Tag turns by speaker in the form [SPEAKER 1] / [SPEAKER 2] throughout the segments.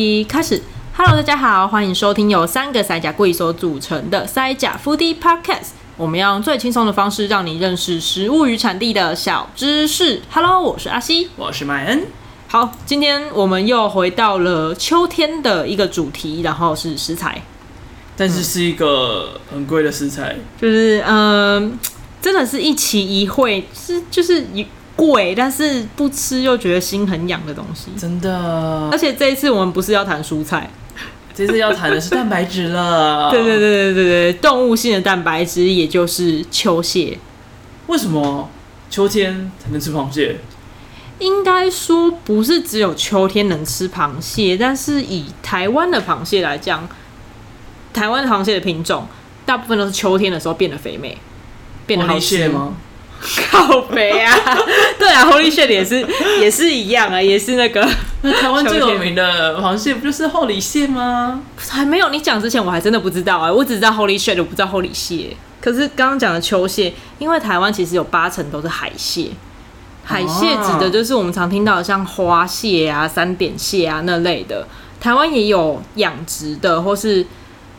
[SPEAKER 1] 一开始，Hello，大家好，欢迎收听由三个塞甲贵所组成的塞甲 Foodie Podcast。我们要用最轻松的方式，让你认识食物与产地的小知识。Hello，我是阿西。
[SPEAKER 2] 我是麦恩。
[SPEAKER 1] 好，今天我们又回到了秋天的一个主题，然后是食材，
[SPEAKER 2] 但是是一个很贵的食材，
[SPEAKER 1] 就是嗯、真的是一期一会，是就是贵，但是不吃又觉得心很痒的东西。
[SPEAKER 2] 真的
[SPEAKER 1] 而。且这一次我们不是要谈蔬菜，
[SPEAKER 2] 这次要谈的是蛋白质 了。
[SPEAKER 1] 对对。对对对对，动物性的蛋白质，也就是秋蟹。
[SPEAKER 2] 为什么秋天才能吃螃蟹？
[SPEAKER 1] 应该说不是只有秋天能吃螃蟹，但是以台湾的螃蟹来讲，台湾的螃蟹的品种大部分都是秋天的时候变得肥美，变得
[SPEAKER 2] 玻
[SPEAKER 1] 好
[SPEAKER 2] 璃
[SPEAKER 1] 吃
[SPEAKER 2] 蟹？吗？
[SPEAKER 1] 靠肥啊！对啊，红利蟹也是也是一样啊，也是那个
[SPEAKER 2] 那台湾最
[SPEAKER 1] 秋
[SPEAKER 2] 有
[SPEAKER 1] 天
[SPEAKER 2] 名的螃蟹不就是厚里蟹吗？
[SPEAKER 1] 还没有你讲之前，我还真的不知道哎、我只知道 Holy shit，我不知道 Holy 蟹。可是刚刚讲的秋蟹，因为台湾其实有八成都是海蟹，海蟹指的就是我们常听到的像花蟹啊、三点蟹啊那类的。台湾也有养殖的，或是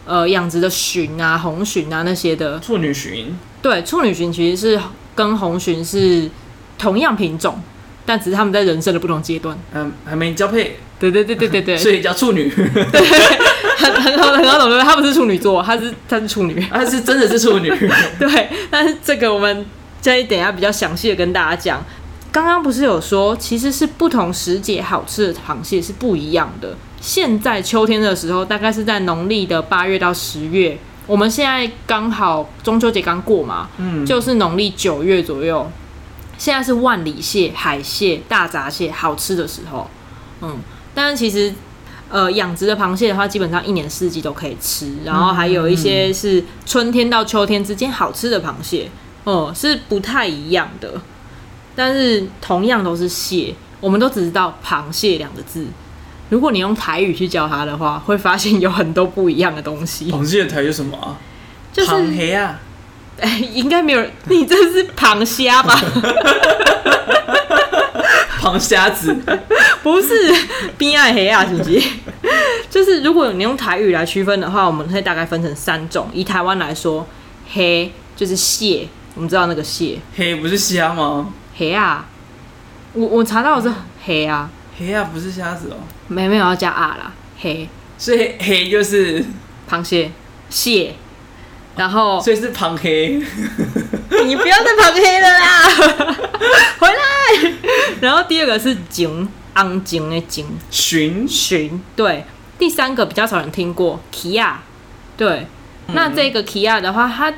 [SPEAKER 1] 呃养殖的鲟啊、红鲟啊那些的。
[SPEAKER 2] 处女鲟。
[SPEAKER 1] 对，处女鲟其实是跟红鲟是同样品种，但只是他们在人生的不同阶段。
[SPEAKER 2] 嗯，还没交配，
[SPEAKER 1] 对对对对对对，
[SPEAKER 2] 所以叫处女。
[SPEAKER 1] 很很好很好懂的。他不是处女座，他是他是处女。
[SPEAKER 2] 它是真的是 处女，
[SPEAKER 1] 对，但是这个我们再等一下比较详细的跟大家讲。刚刚不是有说，其实是不同时节好吃的螃蟹是不一样的。现在秋天的时候，大概是在农历的八月到十月，我们现在刚好中秋节刚过嘛，
[SPEAKER 2] 嗯，
[SPEAKER 1] 就是农历九月左右。现在是万里蟹、海蟹、大闸蟹好吃的时候，嗯，但是其实呃养殖的螃蟹的话，基本上一年四季都可以吃，然后还有一
[SPEAKER 2] 嗯
[SPEAKER 1] 些是春天到秋天之间好吃的螃蟹，哦、是不太一样的。但是同样都是蟹，我们都只知道螃蟹两个字。如果你用台语去教它的话，会发现有很多不一样的东西。
[SPEAKER 2] 螃蟹的台语是什么啊？
[SPEAKER 1] 就是
[SPEAKER 2] 哦螃蟹 啊，
[SPEAKER 1] 哎，应该没有人，你这是螃虾吧？
[SPEAKER 2] 螃虾子，
[SPEAKER 1] 不是 冰爱黑啊，是不是？ 就是如果你用台语来区分的话，我们会大概分成三种。以台湾来说，黑就是蟹，我们知道那个蟹
[SPEAKER 2] 黑不是虾吗？
[SPEAKER 1] 黑啊。我我查到的是黑啊，
[SPEAKER 2] 黑啊不是虾子哦，
[SPEAKER 1] 没没有要加啊啦，黑
[SPEAKER 2] 所以黑就是，
[SPEAKER 1] 螃蟹蟹，然后
[SPEAKER 2] 所以是螃蟹。
[SPEAKER 1] 你不要再螃蟹了啦， 回来。 然后第二个是井，昂井的井，
[SPEAKER 2] 鲟
[SPEAKER 1] 鲟，对，第三个比较少人听过 Kia，对，那这个 Kia 的话，它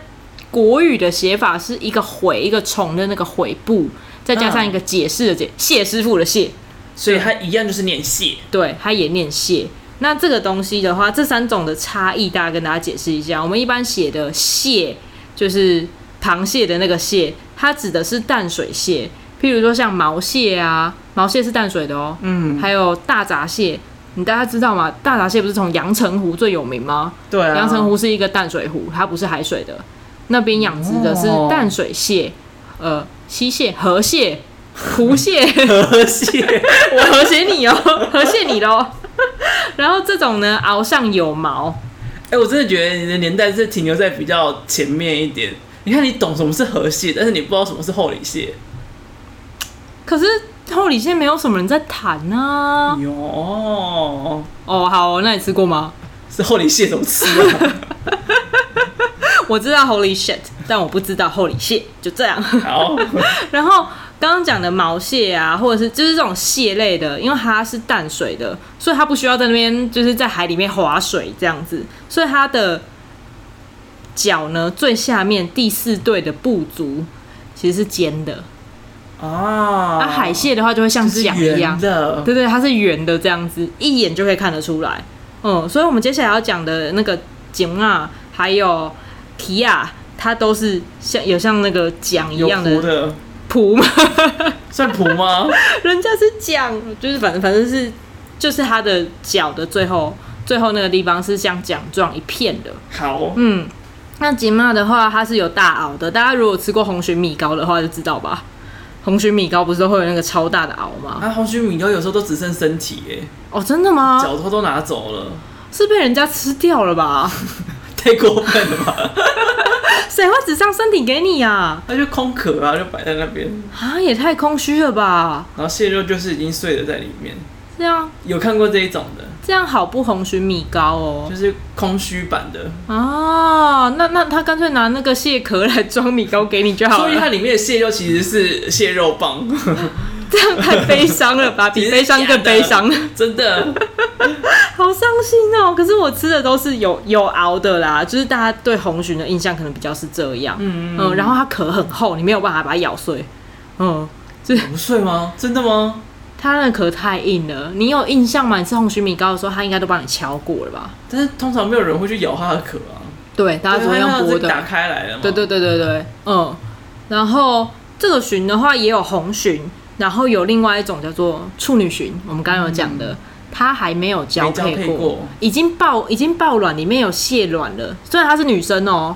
[SPEAKER 1] 国语的写法是一个悔一个虫的那个悔部，再加上一个解释的解，谢师傅的谢，
[SPEAKER 2] 所以它一样就是念蟹。
[SPEAKER 1] 对，它也念谢。那这个东西的话，这三种的差异，大家跟大家解释一下。我们一般写的蟹就是螃蟹的那个蟹，它指的是淡水蟹，譬如说像毛蟹啊，毛蟹是淡水的哦，
[SPEAKER 2] 嗯，
[SPEAKER 1] 还有大闸蟹，你大家知道吗？大闸蟹不是从阳澄湖最有名吗？
[SPEAKER 2] 对啊，
[SPEAKER 1] 阳澄湖是一个淡水湖，它不是海水的，那边养殖的是
[SPEAKER 2] 哦
[SPEAKER 1] 淡水蟹、呃溪蟹、河蟹、湖蟹，
[SPEAKER 2] 河蟹，
[SPEAKER 1] 我和谐你哦， 和谐你喽。然后这种呢，螯上有毛，
[SPEAKER 2] 哎、我真的觉得你的年代是停留在比较前面一点。你看，你懂什么是河蟹，但是你不知道什么是厚里蟹。
[SPEAKER 1] 可是后里蟹没有什么人在谈啊。
[SPEAKER 2] 嗯哟，
[SPEAKER 1] 哦，好哦那你吃过吗？
[SPEAKER 2] 是厚里蟹怎么吃、啊？
[SPEAKER 1] 我知道 Holy shit，但我不知道后里蟹，就这样。
[SPEAKER 2] 好，
[SPEAKER 1] 然后刚刚讲的毛蟹啊，或者是就是这种蟹类的，因为它是淡水的，所以它不需要在那边就是在海里面划水这样子，所以它的脚呢最下面第四对的部足其实是尖的，
[SPEAKER 2] 啊，
[SPEAKER 1] 那、海蟹的话就会像
[SPEAKER 2] 是
[SPEAKER 1] 桨一样
[SPEAKER 2] 圆，的，
[SPEAKER 1] 对对，它是圆的这样子，一眼就可以看得出来。嗯，所以我们接下来要讲的那个井啊，还有提亚，它都是像有像那个桨一
[SPEAKER 2] 有
[SPEAKER 1] 样
[SPEAKER 2] 蹼
[SPEAKER 1] 的
[SPEAKER 2] 的，
[SPEAKER 1] 蹼嘛。
[SPEAKER 2] 算蹼吗？
[SPEAKER 1] 人家是桨，就是反正反正是就是它的脚的最后最后那个地方是像桨状一片的，
[SPEAKER 2] 好，
[SPEAKER 1] 嗯。那吉玛的话，它是有大螯的。大家如果吃过红鲟米糕的话，就知道吧。红曲米糕不是都会有那个超大的螯吗？
[SPEAKER 2] 啊，红曲米糕有时候都只剩身体耶，
[SPEAKER 1] 哦，真的吗？
[SPEAKER 2] 脚头都拿走了，
[SPEAKER 1] 是被人家吃掉了吧？
[SPEAKER 2] 太过分了吧？
[SPEAKER 1] 谁会只上身体给你呀、
[SPEAKER 2] 那就空壳啊，就摆在那边，
[SPEAKER 1] 啊？啊，也太空虚了吧？
[SPEAKER 2] 然后蟹肉就是已经碎了在里面。
[SPEAKER 1] 这样
[SPEAKER 2] 有看过这一种的，
[SPEAKER 1] 这样好不红曲米糕哦
[SPEAKER 2] 就。是空虚版的，
[SPEAKER 1] 啊，那那他干脆拿那个蟹壳来装米糕给你就好
[SPEAKER 2] 所以它
[SPEAKER 1] 了，
[SPEAKER 2] 里面的蟹肉其实是蟹肉棒，
[SPEAKER 1] 这样太悲伤了吧？比悲伤更悲 伤，
[SPEAKER 2] 真的。
[SPEAKER 1] 好伤心哦。可是我吃的都是有有熬的啦，就是大家对红鲟的印象可能比较是这样，嗯嗯，然后它壳很厚，你没有办法把它咬碎，嗯，就是
[SPEAKER 2] 不碎吗？真的吗？
[SPEAKER 1] 它那个壳太硬了。你有印象吗？你吃红曲米糕的时候，它应该都帮你敲过了吧？
[SPEAKER 2] 但是通常没有人会去咬它的壳啊，
[SPEAKER 1] 对，大家只会用
[SPEAKER 2] 它
[SPEAKER 1] 剥的。
[SPEAKER 2] 打开来了嘛。
[SPEAKER 1] 对对对对对，嗯。然后这个鲟的话也有红鲟，然后有另外一种叫做处女鲟，我们刚刚有讲的，它还没有交
[SPEAKER 2] 嗯没交
[SPEAKER 1] 配
[SPEAKER 2] 配过
[SPEAKER 1] 已经爆已经爆卵，里面有蟹卵了。虽然它是女生哦，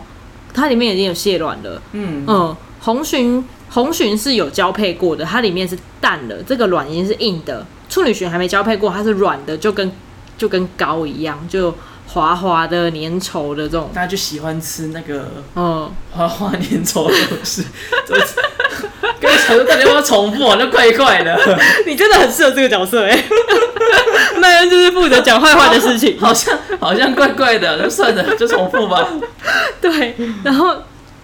[SPEAKER 1] 它里面已经有蟹卵了。
[SPEAKER 2] 嗯，
[SPEAKER 1] 嗯，红鲟红鲟是有交配过的，它里面是蛋的，这个卵已经是硬的。处女鲟还没交配过，它是软的，就跟就跟糕一样，就滑滑的、粘稠的这种。
[SPEAKER 2] 大家就喜欢吃那个
[SPEAKER 1] 嗯，
[SPEAKER 2] 花花粘稠的东西。 怎么跟你讲说，到底要不要重复啊？那快快的，
[SPEAKER 1] 你真的很适合这个角色哎、 麦恩就是负责讲坏话的事情。
[SPEAKER 2] 好像好像怪怪的，就算了，就重复吧。
[SPEAKER 1] 对，然后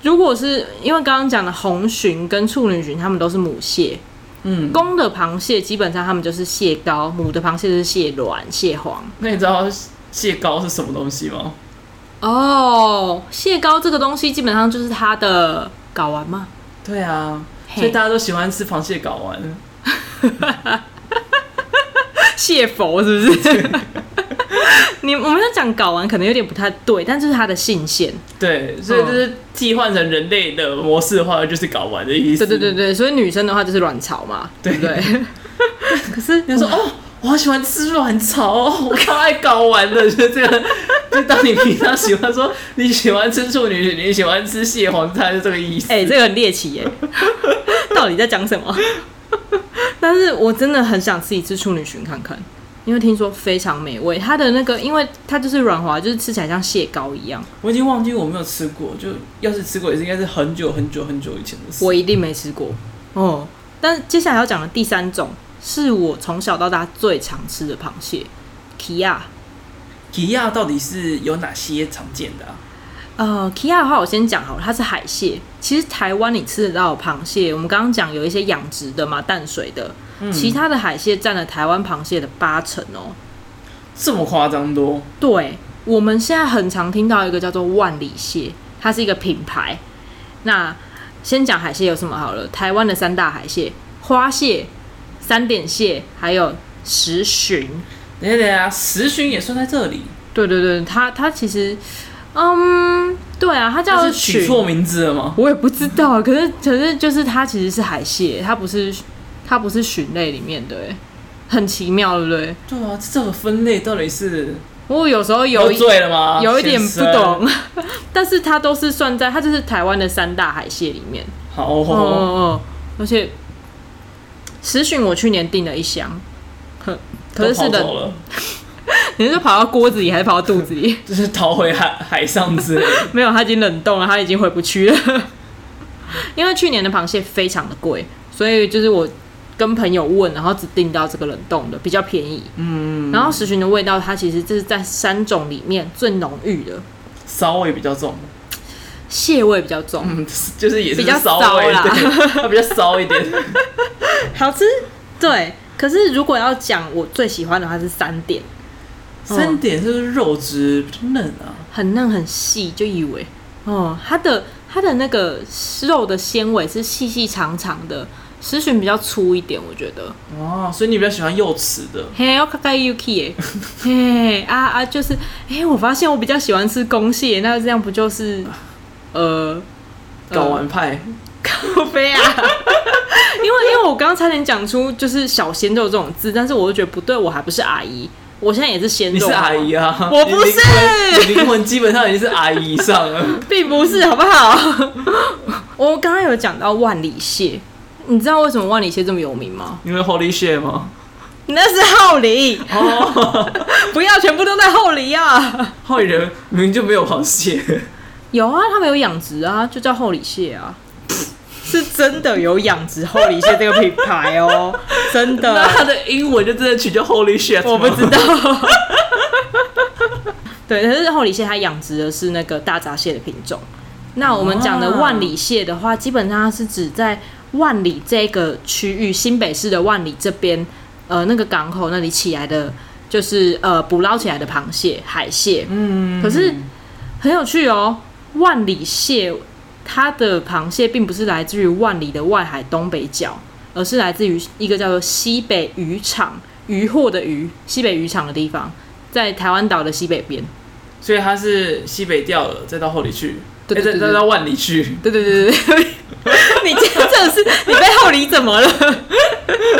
[SPEAKER 1] 如果是因为刚刚讲的红鲟跟处女鲟，它们都是母蟹，
[SPEAKER 2] 嗯，
[SPEAKER 1] 公的螃蟹基本上它们就是蟹膏，母的螃蟹就是蟹卵、蟹黄。
[SPEAKER 2] 那你知道蟹膏是什么东西吗？
[SPEAKER 1] 哦，蟹膏这个东西基本上就是它的睾丸嘛。
[SPEAKER 2] 对啊，
[SPEAKER 1] 嘿
[SPEAKER 2] 所以大家都喜欢吃螃蟹睾丸。
[SPEAKER 1] 蟹佛是不是？ 你我们要讲睾丸可能有点不太对，但就是它的性腺。
[SPEAKER 2] 对，
[SPEAKER 1] 嗯
[SPEAKER 2] 所以就是替换成人类的模式的话，就是睾丸的意思。
[SPEAKER 1] 对对对对，所以女生的话就是卵巢嘛，对不对？ 可是
[SPEAKER 2] 他说：“哦，我好喜欢吃卵巢哦，我超爱睾丸的。”就是这个， 就当你平常喜欢说你喜欢吃处女，你喜欢吃蟹黄，它是这个意思。
[SPEAKER 1] 哎、这个很猎奇耶，到底在讲什么？ 但是我真的很想吃一次处女鲟看看，因为听说非常美味。它的那个，因为它就是软滑，就是吃起来像蟹膏一样。
[SPEAKER 2] 我已经忘记我没有吃过，就要是吃过也是应该是很久很久很久以前的事。
[SPEAKER 1] 我一定没吃过哦。但接下来要讲的第三种，是我从小到大最常吃的螃蟹——奇亚。
[SPEAKER 2] 提亚到底是有哪些常见的、啊？
[SPEAKER 1] 呃，Kia 的话，我先讲好了，它是海蟹。其实台湾你吃得到的螃蟹，我们刚刚讲有一些养殖的嘛，淡水的，嗯其他的海蟹占了台湾螃蟹的八成哦。
[SPEAKER 2] 这么夸张多？
[SPEAKER 1] 对，我们现在很常听到一个叫做万里蟹，它是一个品牌。那先讲海蟹有什么好了，台湾的三大海蟹：花蟹、三点蟹，还有石鲟。
[SPEAKER 2] 等一下等一下，石鲟也算在这里，
[SPEAKER 1] 对对对，它它其实，嗯，对啊，它
[SPEAKER 2] 它
[SPEAKER 1] 叫
[SPEAKER 2] 是取
[SPEAKER 1] 鲟
[SPEAKER 2] 错名字了吗？
[SPEAKER 1] 我也不知道， 可是可是就是它其实是海蟹，它不是它不是鲟类里面的欸，很奇妙，对不对？
[SPEAKER 2] 对啊，这个分类到底是
[SPEAKER 1] 我有时候有
[SPEAKER 2] 有
[SPEAKER 1] 一
[SPEAKER 2] 罪了吗？
[SPEAKER 1] 有一点不
[SPEAKER 2] 啊先生。
[SPEAKER 1] 懂， 但是它都是算在它就是台湾的三大海蟹里面。
[SPEAKER 2] 好、
[SPEAKER 1] 哦哦哦，而且石鲟我去年订了一箱，可可是是
[SPEAKER 2] 都跑走
[SPEAKER 1] 冷，
[SPEAKER 2] 了，
[SPEAKER 1] 你是跑到锅子里还是跑到肚子 里？
[SPEAKER 2] 就是逃回海海上 之类的。
[SPEAKER 1] 没有，它已经冷冻了，它已经回不去了。因为去年的螃蟹非常的贵，所以就是我跟朋友问，然后只订到这个冷冻的，比较便宜。嗯，然后石鲟的味道，它其实这是在三种里面最浓郁的，
[SPEAKER 2] 骚味比较重，
[SPEAKER 1] 蟹味比较重，
[SPEAKER 2] 嗯，就是也是
[SPEAKER 1] 比较
[SPEAKER 2] 骚
[SPEAKER 1] 骚
[SPEAKER 2] 味，
[SPEAKER 1] 啦 嗯
[SPEAKER 2] 对，它比较骚一点。
[SPEAKER 1] 好吃。对，可是如果要讲我最喜欢的话是三点，
[SPEAKER 2] 三点就是肉质比较嫩啊，
[SPEAKER 1] 很嫩很细，就以为哦，它的它的那个肉的纤维是细细长长的，石鲟比较粗一点，我觉得。
[SPEAKER 2] 哦，所以你比较喜欢幼齿的，
[SPEAKER 1] 嘿，我卡卡 Yuki 耶， 嘿啊啊，就是哎、我发现我比较喜欢吃公蟹，那这样不就是呃
[SPEAKER 2] 睾丸派，
[SPEAKER 1] 咖啡啊？ 因为因为我刚刚差点讲出就是小鲜肉这种字，但是我又觉得不对，我还不是阿姨，我现在也是鲜
[SPEAKER 2] 你
[SPEAKER 1] 肉，
[SPEAKER 2] 是阿姨，啊，
[SPEAKER 1] 我不
[SPEAKER 2] 你灵魂
[SPEAKER 1] 是
[SPEAKER 2] 你灵魂基本上已经是阿姨以上了。
[SPEAKER 1] 并不是，好不好？我刚刚有讲到万里蟹，你知道为什么万里蟹这么有名吗？
[SPEAKER 2] 因为 Holy shit 吗？
[SPEAKER 1] 那是后里，
[SPEAKER 2] 哦，
[SPEAKER 1] 不要全部都在后里啊！
[SPEAKER 2] 后里人明明就没有 螃蟹，
[SPEAKER 1] 有啊，他们有养殖啊，就叫后里蟹啊，是真的有养殖后里蟹这个品牌哦，真
[SPEAKER 2] 那
[SPEAKER 1] 的，
[SPEAKER 2] 它的英文就真的取叫 Holy shit
[SPEAKER 1] 我不
[SPEAKER 2] 吗
[SPEAKER 1] 知道。 对，可是后里蟹它养殖的是那个大闸蟹的品种。那我们讲的万里蟹的话，基本上它是指在万里这个区域，新北市的万里这边，呃，那个港口那里起来的，就是呃捕捞起来的螃蟹、海蟹。
[SPEAKER 2] 嗯
[SPEAKER 1] 可是很有趣哦，万里蟹它的螃蟹并不是来自于万里的外海东北角，而是来自于一个叫做西北渔场渔获的渔西北渔场的地方，在台湾岛的西北边。
[SPEAKER 2] 所以它是西北调了，再到后里去，
[SPEAKER 1] 对
[SPEAKER 2] 哎
[SPEAKER 1] 对对
[SPEAKER 2] 再再到万里去。
[SPEAKER 1] 对对对对 对，你这样真的是你被后里怎么了？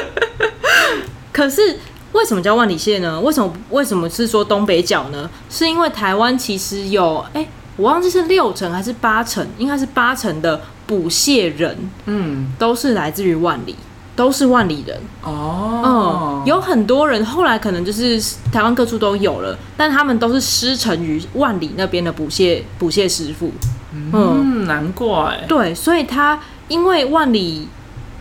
[SPEAKER 1] 可是为什么叫万里蟹呢？为什么为什么是说东北角呢？是因为台湾其实有哎、我忘记是六成还是八成，应该是八成的捕蟹人
[SPEAKER 2] 嗯，
[SPEAKER 1] 都是来自于万里，都是万里人。
[SPEAKER 2] 哦
[SPEAKER 1] 嗯，，有很多人后来可能就是台湾各处都有了，但他们都是师承于万里那边的捕蟹捕蟹师傅。
[SPEAKER 2] 嗯，难怪，
[SPEAKER 1] 对，所以它因为万里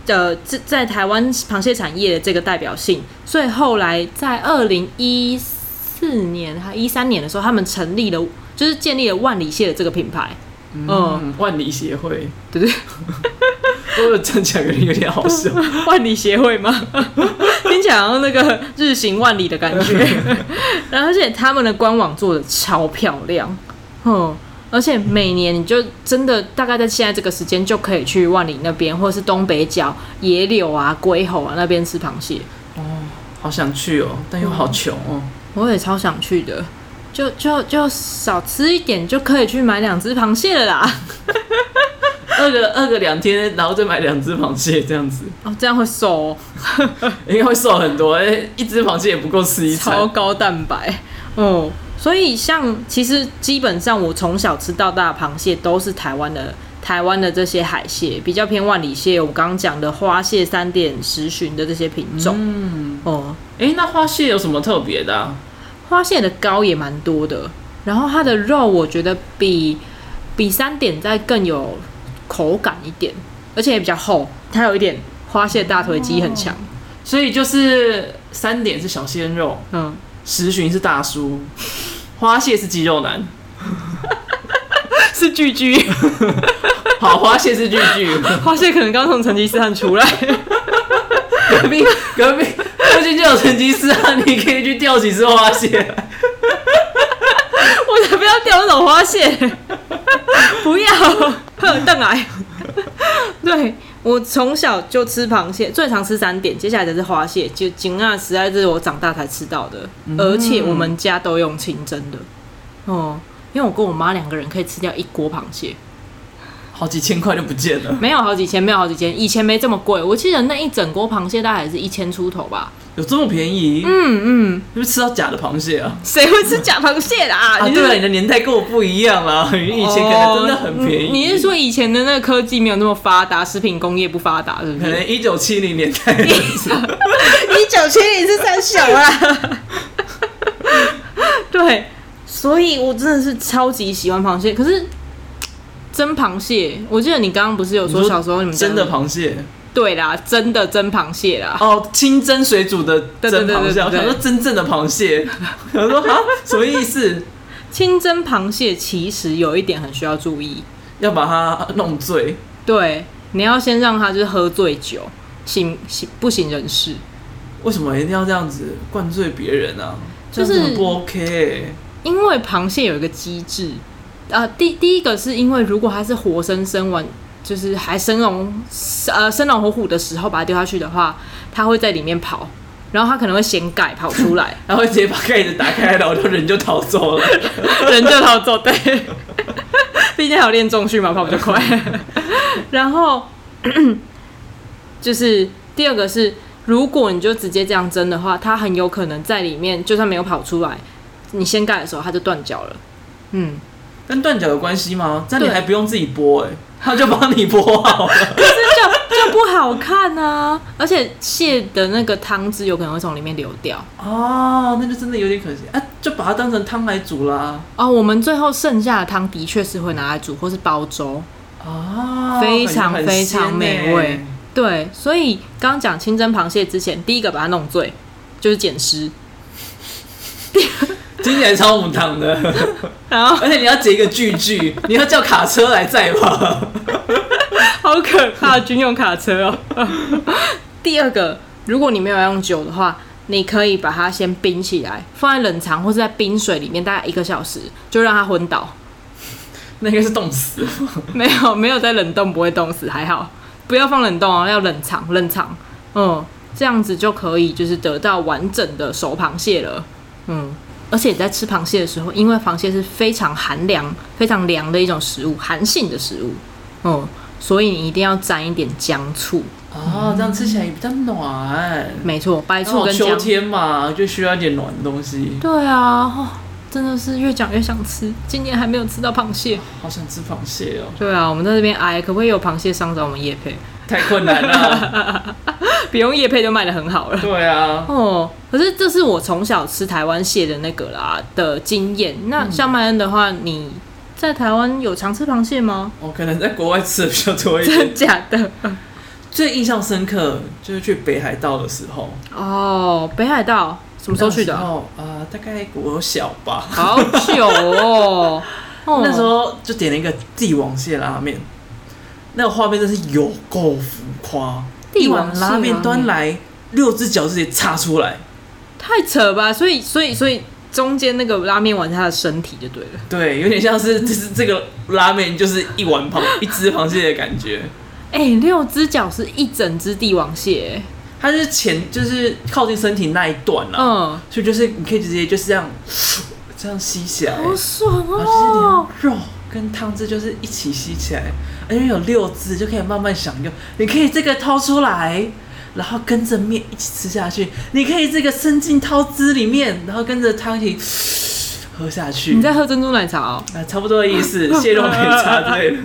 [SPEAKER 1] 的这在台湾螃蟹产业的这个代表性，所以后来在二零一四年还一三年的时候，他们成立了，就是建立了万里蟹的这个品牌。嗯，
[SPEAKER 2] 嗯，万里协会，
[SPEAKER 1] 对对，
[SPEAKER 2] 我有站起来有点有点好 笑，
[SPEAKER 1] 万里协会吗？ 听起来好像那个日行万里的感觉。然后，而且他们的官网做的超漂亮，嗯，而且每年你就真的大概在现在这个时间就可以去万里那边，或者是东北角野柳啊、龟吼啊那边吃螃蟹。
[SPEAKER 2] 哦好想去哦，但又好穷哦。
[SPEAKER 1] 我也超想去的，就就就少吃一点就可以去买两只螃蟹了啦。
[SPEAKER 2] 饿个饿个两天，然后再买两只螃蟹这样子，
[SPEAKER 1] 哦，这样会瘦、哦。
[SPEAKER 2] 应该会瘦很多。哎，一只螃蟹也不够吃一
[SPEAKER 1] 超
[SPEAKER 2] 餐。
[SPEAKER 1] 高蛋白哦。所以像其实基本上我从小吃到大的螃蟹都是台湾的，台湾的这些海蟹比较偏万里蟹，我刚刚讲的花蟹、三点十旬的这些品种、
[SPEAKER 2] 嗯，
[SPEAKER 1] 哦。
[SPEAKER 2] 哎，那花蟹有什么特别的啊？
[SPEAKER 1] 花蟹的膏也蛮多的，然后它的肉我觉得比比三点再更有口感一点，而且也比较厚，它有一点花蟹大腿肌很强，
[SPEAKER 2] 所以就是三点是小鲜肉，
[SPEAKER 1] 嗯，
[SPEAKER 2] 十旬是大叔，花蟹是肌肉男。
[SPEAKER 1] 是巨巨。
[SPEAKER 2] 好，花蟹是巨巨，
[SPEAKER 1] 花蟹可能刚从成吉思汗出来，
[SPEAKER 2] 隔壁隔壁附近就有成吉思汗，你可以去钓几只花蟹。
[SPEAKER 1] 我才不要钓那种花蟹， 不要， 邓来。对我从小就吃螃蟹，最常吃三点，接下来的是花蟹，就锦啊，实在是我长大才吃到的，而且我们家都用清蒸的，哦。因为我跟我妈两个人可以吃掉一锅螃蟹，
[SPEAKER 2] 好几千块就不见了，
[SPEAKER 1] 没有好几千，没有好几千，以前没这么贵。我记得那一整锅螃蟹大概还是一千出头吧。
[SPEAKER 2] 有这么便宜？
[SPEAKER 1] 嗯嗯，
[SPEAKER 2] 是不是吃到假的螃蟹啊？
[SPEAKER 1] 谁会吃假螃蟹啦？
[SPEAKER 2] 啊，
[SPEAKER 1] 你是
[SPEAKER 2] 对了，你的年代跟我不一样啦，你以前可能真的很便宜。
[SPEAKER 1] 哦你你是说以前的那个科技没有那么发达，食品工业不发达，是不
[SPEAKER 2] 可
[SPEAKER 1] 是？
[SPEAKER 2] 能一九七零年代的时候
[SPEAKER 1] 一九七零是三小啊。 对，所以我真的是超级喜欢螃蟹。可是蒸螃蟹，我记得你刚刚不是有说
[SPEAKER 2] 你说
[SPEAKER 1] 小时候你们家
[SPEAKER 2] 真的螃蟹
[SPEAKER 1] 对啦，真的蒸螃蟹啦。
[SPEAKER 2] 哦，清蒸水煮的
[SPEAKER 1] 对
[SPEAKER 2] 蒸
[SPEAKER 1] 对对
[SPEAKER 2] 螃
[SPEAKER 1] 对
[SPEAKER 2] 蟹，
[SPEAKER 1] 对
[SPEAKER 2] 我
[SPEAKER 1] 对
[SPEAKER 2] 想说真正的螃蟹， 我说啊，什么意思？
[SPEAKER 1] 清蒸螃蟹其实有一点很需要注意，
[SPEAKER 2] 要把它弄醉，
[SPEAKER 1] 对，你要先让它就是喝醉酒，醒醒不省人事。
[SPEAKER 2] 为什么一定要这样子灌醉别人啊？
[SPEAKER 1] 就
[SPEAKER 2] 这样
[SPEAKER 1] 是
[SPEAKER 2] 很不 OK，欸
[SPEAKER 1] 因为螃蟹有一个机制，呃，第第一个是因为如果它是活生生完，就是还生龙呃生龙活虎的时候把它丢下去的话，它会在里面跑，然后它可能会掀盖跑出来，
[SPEAKER 2] 然后直接把盖子打开，然后就人就逃走 了。
[SPEAKER 1] 人就逃走，对， 毕竟还有练重训嘛，跑比较快。然后 就是第二个是，如果你就直接这样蒸的话，它很有可能在里面，就算没有跑出来，你掀盖的时候它就断脚了，嗯。
[SPEAKER 2] 跟断脚有关系吗？这样你
[SPEAKER 1] 对
[SPEAKER 2] 还不用自己剥哎、欸，他就帮你剥好了。
[SPEAKER 1] 就就就不好看啊！而且蟹的那个汤汁有可能会从里面流掉。
[SPEAKER 2] 哦，那就真的有点可惜啊，就把它当成汤来煮啦。
[SPEAKER 1] 哦，我们最后剩下的汤的确是会拿来煮或是煲粥，
[SPEAKER 2] 哦，
[SPEAKER 1] 非常
[SPEAKER 2] 很
[SPEAKER 1] 非常
[SPEAKER 2] 鲜
[SPEAKER 1] 美
[SPEAKER 2] 呢
[SPEAKER 1] 味。对，所以刚讲清蒸螃蟹之前，第一个把它弄醉就是捡尸，
[SPEAKER 2] 听起来超母汤的，
[SPEAKER 1] 然后
[SPEAKER 2] 而且你要结一个句句，你要叫卡车来载吧。
[SPEAKER 1] 好可怕，军用卡车哦。 第二个，如果你没有要用酒的话，你可以把它先冰起来，放在冷藏或是在冰水里面，大概一个小时，就让它昏倒。
[SPEAKER 2] 那应该是冻死了。
[SPEAKER 1] 没有，没有在冷冻，不会冻死，还好。不要放冷冻哦，要冷藏，冷藏。嗯，这样子就可以就是得到完整的熟螃蟹了。嗯，而且你在吃螃蟹的时候，因为螃蟹是非常寒凉、非常凉的一种食物，寒性的食物。嗯，所以你一定要沾一点姜醋。
[SPEAKER 2] 哦，这样吃起来也比较暖。
[SPEAKER 1] 没错，白
[SPEAKER 2] 刚
[SPEAKER 1] 醋
[SPEAKER 2] 好
[SPEAKER 1] 跟
[SPEAKER 2] 哦秋
[SPEAKER 1] 姜。
[SPEAKER 2] 天嘛，就需要一点暖的东西。
[SPEAKER 1] 对啊、哦，真的是越讲越想吃。今年还没有吃到螃蟹。
[SPEAKER 2] 好想吃螃蟹哦，
[SPEAKER 1] 对啊，我们在这边哎，可不可以有螃蟹商找我们叶配？
[SPEAKER 2] 太困难 了。
[SPEAKER 1] 不用叶配就卖的很好了。
[SPEAKER 2] 对啊，
[SPEAKER 1] 哦，可是这是我从小吃台湾蟹的那个啦的经验。那像麦恩的话，你在台湾有常吃螃蟹吗？
[SPEAKER 2] 我哦可能在国外吃的比较多一
[SPEAKER 1] 真
[SPEAKER 2] 点
[SPEAKER 1] 的。假 的？
[SPEAKER 2] 最印象深刻就是去北海道的时候，
[SPEAKER 1] 哦，北海道什么时候去的啊？
[SPEAKER 2] 哦，呃，大概国小吧。
[SPEAKER 1] 好久 哦，哦
[SPEAKER 2] 那时候就点了一个帝王蟹拉面，那个画面真是有够浮夸，
[SPEAKER 1] 帝
[SPEAKER 2] 一
[SPEAKER 1] 王
[SPEAKER 2] 碗
[SPEAKER 1] 蟹
[SPEAKER 2] 拉面端来，六只脚直接插出来，
[SPEAKER 1] 太扯吧？所以，所以，所以中间那个拉面丸是他的身体就对了。
[SPEAKER 2] 对，有点像是就是这个拉面就是一碗螃一只螃蟹的感觉。
[SPEAKER 1] 哎、六只脚是一整只帝王蟹、
[SPEAKER 2] 它是前就是靠近身体那一段啦、
[SPEAKER 1] 嗯，
[SPEAKER 2] 所以就是你可以直接就是这样这样吸起来，
[SPEAKER 1] 好爽
[SPEAKER 2] 然后
[SPEAKER 1] 哦！
[SPEAKER 2] 就是连肉跟汤汁就是一起吸起来，而且有六只就可以慢慢享用。你可以这个掏出来，然后跟着面一起吃下去；你可以这个伸进汤汁里面，然后跟着汤一起喝下去。
[SPEAKER 1] 你在喝珍珠奶茶哦？
[SPEAKER 2] 啊，差不多的意 思，蟹肉片茶 对了，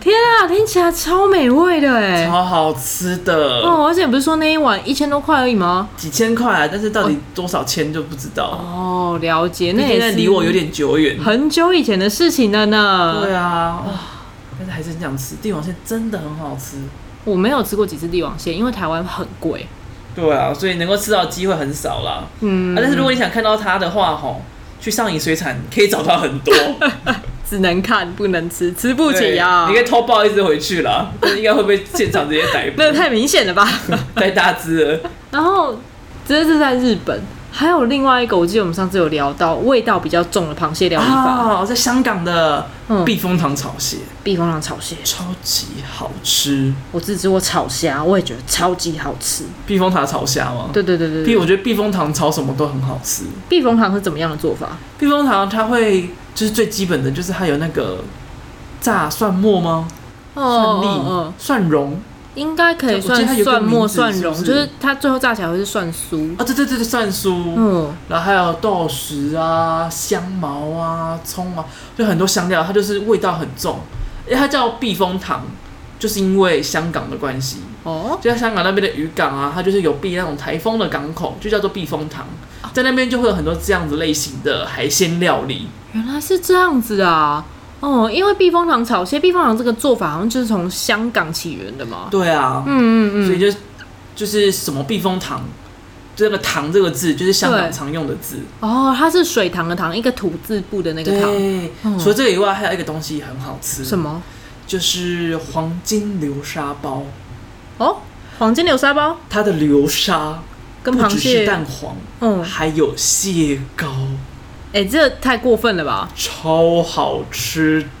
[SPEAKER 1] 天啊，听起来超美味的哎！
[SPEAKER 2] 超好吃的，
[SPEAKER 1] 哦，而且不是说那一碗一千多块而已吗？
[SPEAKER 2] 几千块啊，但是到底多少钱就不知道，
[SPEAKER 1] 哦，了解，那
[SPEAKER 2] 那现
[SPEAKER 1] 也
[SPEAKER 2] 在
[SPEAKER 1] 是
[SPEAKER 2] 离我有点久 远。
[SPEAKER 1] 很久以前的事情了呢。
[SPEAKER 2] 对啊，哇但是还是很想吃帝王蟹，真的很好吃。
[SPEAKER 1] 我没有吃过几次帝王蟹，因为台湾很贵。
[SPEAKER 2] 对啊，所以能够吃到的机会很少啦。
[SPEAKER 1] 嗯，
[SPEAKER 2] 啊，但是如果你想看到它的话，吼，去上影水产可以找到很 多，
[SPEAKER 1] 只能看不能吃，吃不起
[SPEAKER 2] 对
[SPEAKER 1] 啊
[SPEAKER 2] 你可。以偷抱一只回去啦，但应该会被现场直接逮 捕，
[SPEAKER 1] 那太明显了吧？
[SPEAKER 2] 逮大只了。
[SPEAKER 1] 然后，这是在日本，还有另外一个，我记得我们上次有聊到味道比较重的螃蟹料理法，
[SPEAKER 2] 啊，在香港的
[SPEAKER 1] 嗯，
[SPEAKER 2] 避风塘炒蟹
[SPEAKER 1] 避风塘炒蟹，
[SPEAKER 2] 超级好吃，
[SPEAKER 1] 我只吃过炒虾，我也觉得超级好吃。
[SPEAKER 2] 避风塘炒虾吗？
[SPEAKER 1] 对对对对
[SPEAKER 2] 避，
[SPEAKER 1] 对，
[SPEAKER 2] 我觉得避风塘炒什么都很好吃。
[SPEAKER 1] 避风塘是怎么样的做法？
[SPEAKER 2] 避风塘它会就是最基本的就是它有那个炸蒜末吗？
[SPEAKER 1] 哦
[SPEAKER 2] 蒜
[SPEAKER 1] 哦
[SPEAKER 2] 粒、
[SPEAKER 1] 哦
[SPEAKER 2] 蒜蓉
[SPEAKER 1] 应该可以
[SPEAKER 2] 我记
[SPEAKER 1] 算
[SPEAKER 2] 得它有个
[SPEAKER 1] 蒜末
[SPEAKER 2] 名字
[SPEAKER 1] 蒜蓉，
[SPEAKER 2] 是不
[SPEAKER 1] 就是是它最后炸起来会是蒜酥。
[SPEAKER 2] 啊，对对对对，蒜酥。
[SPEAKER 1] 嗯，
[SPEAKER 2] 然后还有豆豉啊、香茅啊、葱啊，就很多香料，它就是味道很重。因为它叫避风塘，就是因为香港的关系，
[SPEAKER 1] 哦，
[SPEAKER 2] 就在香港那边的渔港啊，它就是有避那种台风的港口，就叫做避风塘。
[SPEAKER 1] 哦
[SPEAKER 2] 在那边就会有很多这样子类型的海鲜料理，
[SPEAKER 1] 原来是这样子啊。哦，因为避风塘炒蟹，避风塘这个做法好像就是从香港起源的嘛。
[SPEAKER 2] 对啊，
[SPEAKER 1] 嗯
[SPEAKER 2] 所
[SPEAKER 1] 嗯
[SPEAKER 2] 以就就是什么避风塘，这个“塘”这个字就是香港
[SPEAKER 1] 对
[SPEAKER 2] 常用的字，
[SPEAKER 1] 嗯，哦，它是水塘的塘，一个土字部的那个塘。
[SPEAKER 2] 对。
[SPEAKER 1] 嗯
[SPEAKER 2] 除了这个以外，还有一个东西很好吃，
[SPEAKER 1] 什么？
[SPEAKER 2] 就是黄金流沙包。
[SPEAKER 1] 哦，黄金流沙包
[SPEAKER 2] 它的流沙
[SPEAKER 1] 跟
[SPEAKER 2] 不
[SPEAKER 1] 螃
[SPEAKER 2] 只是
[SPEAKER 1] 蟹。
[SPEAKER 2] 蛋黄，
[SPEAKER 1] 嗯，
[SPEAKER 2] 还有蟹膏，
[SPEAKER 1] 哎、这太过分了吧？
[SPEAKER 2] 超好吃
[SPEAKER 1] 嗯